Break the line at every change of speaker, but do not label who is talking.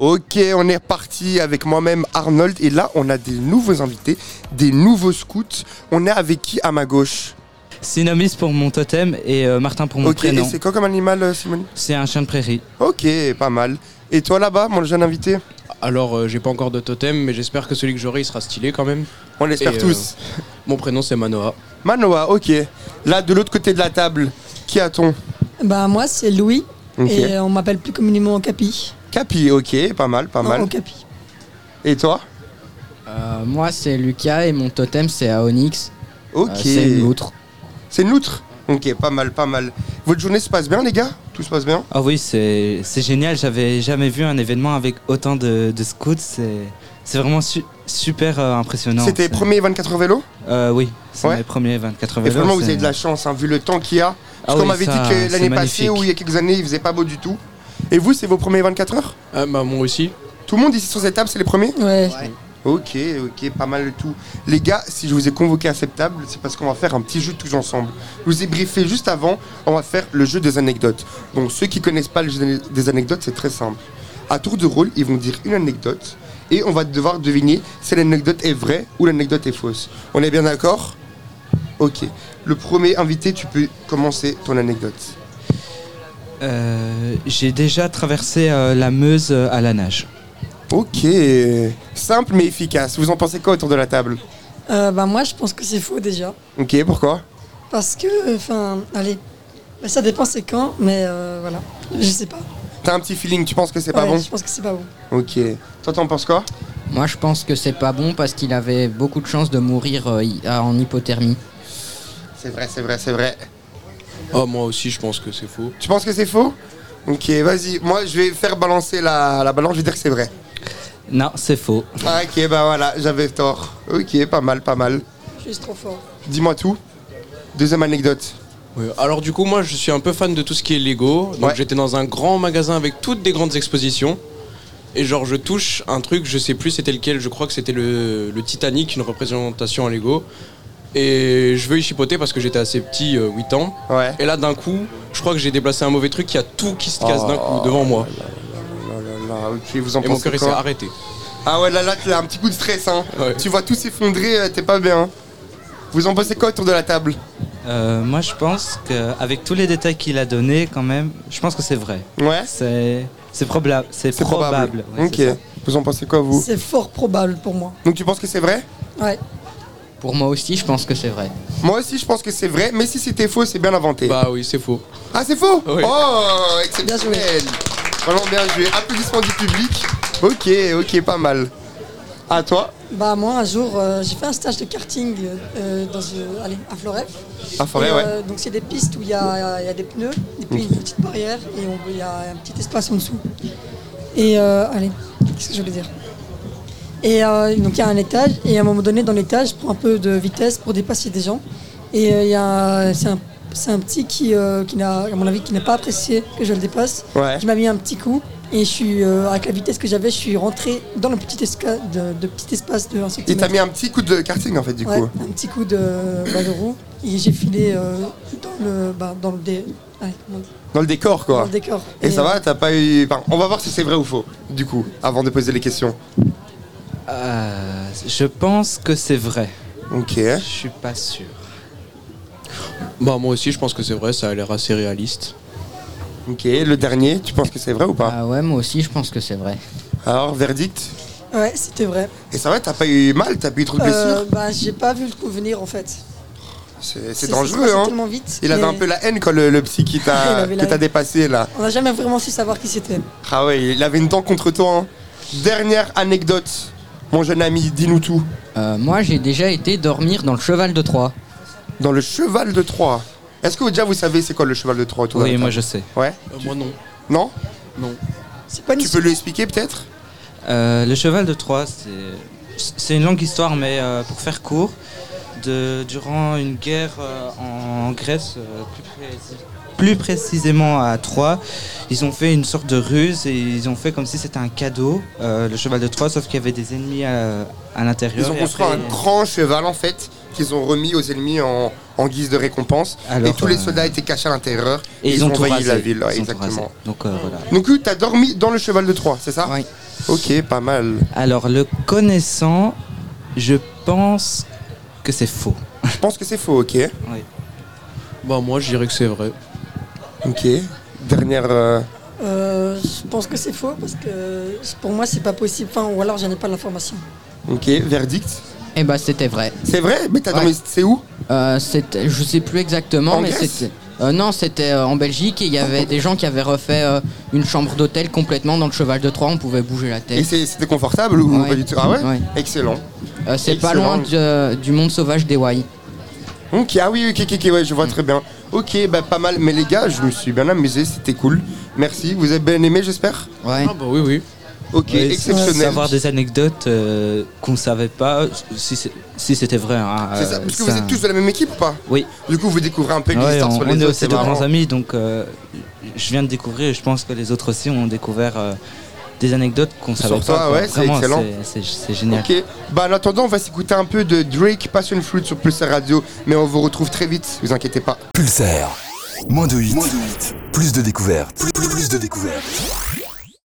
Ok, on est reparti avec moi-même Arnold et là on a des nouveaux invités, des nouveaux scouts. On est avec qui à ma gauche
Synomis pour mon totem et euh, Martin pour mon
Ok, et
prénom.
c'est quoi comme animal euh, Simone
C'est un chien de prairie.
Ok, pas mal. Et toi là-bas, mon jeune invité
Alors, euh, j'ai pas encore de totem, mais j'espère que celui que j'aurai, il sera stylé quand même.
On l'espère
Et, euh,
tous.
Mon prénom, c'est Manoa.
Manoa, ok. Là de l'autre côté de la table, qui a-t-on
Bah moi c'est Louis
Ok.
et euh, on m'appelle plus communément Capi.
Capi, ok, pas mal, pas
Non,
mal.
Capi.
Et toi
Euh, moi, c'est Lucas et mon totem, c'est Aonix. Euh,
Ok.
Ah,
c'est une loutre.
C'est une loutre Ok, pas mal, pas mal. Votre journée se passe bien les gars Tout se passe bien
Ah oui, c'est c'est génial. J'avais jamais vu un événement avec autant de, de scouts. C'est c'est vraiment su- super euh, impressionnant.
C'était
C'est-
premier 24 vélos
Euh, Oui, c'est
Ouais.
mes premiers 24
Et
vélos.
vraiment, vous
c'est-
avez de la chance, hein, vu le temps qu'il y a.
Ah
Parce
oui,
qu'on m'avait dit
ça,
que l'année
c'est
passée,
magnifique.
ou il y a quelques années, il faisait pas beau du tout. Et vous, c'est vos premiers 24 heures
Ah, bah, moi aussi.
Tout le monde ici sur cette table, c'est les premiers
Ouais.
Ok, ok, pas mal du tout. Les gars, si je vous ai convoqué à cette table, c'est parce qu'on va faire un petit jeu tous ensemble. Je vous ai briefé juste avant, on va faire le jeu des anecdotes. Bon, ceux qui connaissent pas le jeu des anecdotes, c'est très simple. À tour de rôle, ils vont dire une anecdote et on va devoir deviner si l'anecdote est vraie ou l'anecdote est fausse. On est bien d'accord Ok. Le premier invité, tu peux commencer ton anecdote.
Euh, J'ai déjà traversé euh, la Meuse euh, à la nage.
Ok. Simple mais efficace. Vous en pensez quoi autour de la table
Euh, bah moi je pense que c'est faux déjà
Ok, pourquoi
parce que enfin allez bah, ça dépend c'est quand mais euh, voilà je sais pas.
T'as un petit feeling, tu penses que c'est pas
Ouais,
bon
Je pense que c'est pas bon.
Ok. Toi, t'en penses quoi
Moi, je pense que c'est pas bon parce qu'il avait beaucoup de chances de mourir euh, hi- ah, en hypothermie.
C'est vrai, c'est vrai, c'est vrai.
Oh, moi aussi, je pense que c'est faux.
Tu penses que c'est faux Ok, vas-y. Moi, je vais faire balancer la, la balance, je vais dire que c'est vrai.
Non, c'est faux.
Ah, ok, bah voilà, j'avais tort. Ok, pas mal, pas mal.
Je suis trop fort.
Dis-moi tout. Deuxième anecdote.
Ouais. Alors, du coup, moi, je suis un peu fan de tout ce qui est Lego. Donc,
Ouais.
j'étais dans un grand magasin avec toutes des grandes expositions. Et genre, je touche un truc, je sais plus c'était lequel, je crois que c'était le, le Titanic, une représentation en Lego. Et je veux y chipoter parce que j'étais assez petit, euh, 8 ans.
Ouais.
Et là, d'un coup, je crois que j'ai déplacé un mauvais truc, il y a tout qui se casse d'un coup devant moi.
Oh là là, ok, vous en
Et mon
pensez
cœur, il s'est
quoi
arrêté.
Ah ouais, là, là, t'as un petit coup de stress, hein.
Ouais.
Tu vois tout s'effondrer, euh, t'es pas bien. Vous en pensez quoi autour de la table
Euh, moi, je pense qu'avec tous les détails qu'il a donnés, quand même, je pense que c'est vrai.
Ouais
C'est c'est probable. C'est
C'est probable.
probable. ouais,
ok.
c'est ça.
Vous en pensez quoi, vous
C'est fort probable pour moi.
Donc, tu penses que c'est vrai
Ouais.
Pour moi aussi, je pense que c'est vrai.
Moi aussi, je pense que c'est vrai, mais si c'était faux, c'est bien inventé.
Bah oui, c'est faux.
Ah, c'est faux
Oui.
Oh, exceptionnel
Bien
Vraiment bien joué. Applaudissements du public. Ok, ok, pas mal. À toi,
Bah moi un jour euh, j'ai fait un stage de karting euh, euh, dans euh, allez, à Floref.
à Ah, forêt,
Et,
ouais.
euh, donc c'est des pistes où il y a, il y a des pneus, et puis une petite barrière, et on- il y a un petit espace en dessous. Et euh, allez, qu'est-ce que je voulais dire Et euh, donc il y a un étage, et à un moment donné dans l'étage, je prends un peu de vitesse pour dépasser des gens. Et euh, il y a c'est un, c'est un petit qui, euh, qui n'a, à mon avis, qui n'a pas apprécié que je le dépasse,
Ouais.
qui m'a mis un petit coup. Et je suis, euh, avec la vitesse que j'avais, je suis rentré dans le petit, esca- de, de petit espace de 1
Il
cm.
t'a mis un petit coup de karting, en fait, du
Ouais,
coup.
un petit coup de, bah, de roue et j'ai filé euh, dans le bah, dans le dé- ouais, comment on dit
Dans le décor,
dans
quoi.
le décor.
Et ça
euh,
va, t'as pas eu... Enfin, on va voir si c'est vrai ou faux, du coup, avant de poser les questions.
Euh, je pense que c'est vrai.
Ok.
Je suis pas sûr.
Bah moi aussi je pense que c'est vrai, ça a l'air assez réaliste.
Ok, le dernier, tu penses que c'est vrai ou pas
Ah ouais, moi aussi, je pense que c'est vrai.
Alors, verdict
Ouais, c'était vrai.
Et ça va, t'as pas eu mal, t'as pas eu trop de blessures
Euh, bah, j'ai pas vu le coup venir en fait.
C'est c'est
C'est- c'est
dangereux,
passé
hein
tellement vite.
Il avait
mais
un peu la haine, quand le, le psy qui
Il
t'a
avait la
que t'as
haine.
dépassé, là.
On n'a jamais vraiment su savoir qui c'était.
Ah ouais, il avait une dent contre toi. hein. Dernière anecdote, mon jeune ami, dis-nous tout.
Euh, moi, j'ai déjà été dormir dans le cheval de Troie.
Dans le cheval de Troie. Est-ce que déjà vous savez c'est quoi le cheval de Troie autour de
oui,
la
moi
table
je sais.
Ouais
Euh, moi non.
Non
C'est pas une
Tu peux lui expliquer peut-être
Euh, le cheval de Troie, c'est- c'est une longue histoire, mais euh, pour faire court, de, durant une guerre euh, en Grèce, euh, plus, précis- plus précisément à Troie, ils ont fait une sorte de ruse et ils ont fait comme si c'était un cadeau, euh, le cheval de Troie, sauf qu'il y avait des ennemis à, à l'intérieur.
Ils ont
et
construit
après-
un grand cheval en fait qu'ils ont remis aux ennemis en, en guise de récompense.
Alors,
et tous les
euh,
soldats étaient cachés à l'intérieur.
et ils, ont, tout
envahi
rasé.
la ville, ouais,
Ils ont tout
exactement. Ah.
rasé. Donc euh, voilà.
Donc tu as dormi dans le cheval de Troie, c'est ça
Oui.
Ok, pas mal.
Alors, le connaissant, je pense que c'est faux.
Je pense que c'est faux, ok.
Bah moi je dirais que c'est vrai.
Ok. Dernière. euh,
Euh, je pense que c'est faux parce que pour moi c'est pas possible. Enfin, ou alors j'en ai pas l'information.
Ok, verdict.
Eh bah c'était vrai.
C'est vrai Mais t'as
Ouais.
dans les- C'est où
Euh, c'était- je sais plus exactement,
En
mais
Grèce
c'était. euh, non, c'était euh, en Belgique et il y avait des gens qui avaient refait euh, une chambre d'hôtel complètement dans le cheval de Troie. On pouvait bouger la
Et
tête.
c'est- c'était confortable ou
Ouais.
pas du tout Ah ouais,
Ouais.
Excellent.
Euh, c'est pas
excellent.
loin de- du monde sauvage des Wai.
Ok, ah oui, ok, ok, ok, ouais, je
Mm.
vois très bien. Ok, bah pas mal. Mais les gars, je me suis bien amusé, c'était cool. Merci, vous avez bien aimé, j'espère
Ouais.
Ah bah oui oui.
Ok,
Ouais,
exceptionnel.
Savoir des anecdotes euh, qu'on savait pas, si c'est- si c'était vrai. hein,
C'est ça,
euh,
parce que
ça-
vous êtes tous de la même équipe ou pas
Oui.
Du coup, vous découvrez un peu
Ouais,
l'histoire
on,
sur
on
les
est
autres,
aussi
c'est
de
marrant.
grands amis, donc euh, je viens de découvrir et je pense que les autres aussi ont découvert euh, des anecdotes qu'on
Sur
savait
toi,
pas. quoi.
ouais, c'est
Vraiment,
excellent.
c'est- C'est c'est génial.
Ok, bah en attendant, on va s'écouter un peu de Drake Passion Fruit sur Pulsar Radio, mais on vous retrouve très vite, vous inquiétez pas.
Pulsaire. Moins de 8. Plus de découvertes. Plus, plus de découvertes.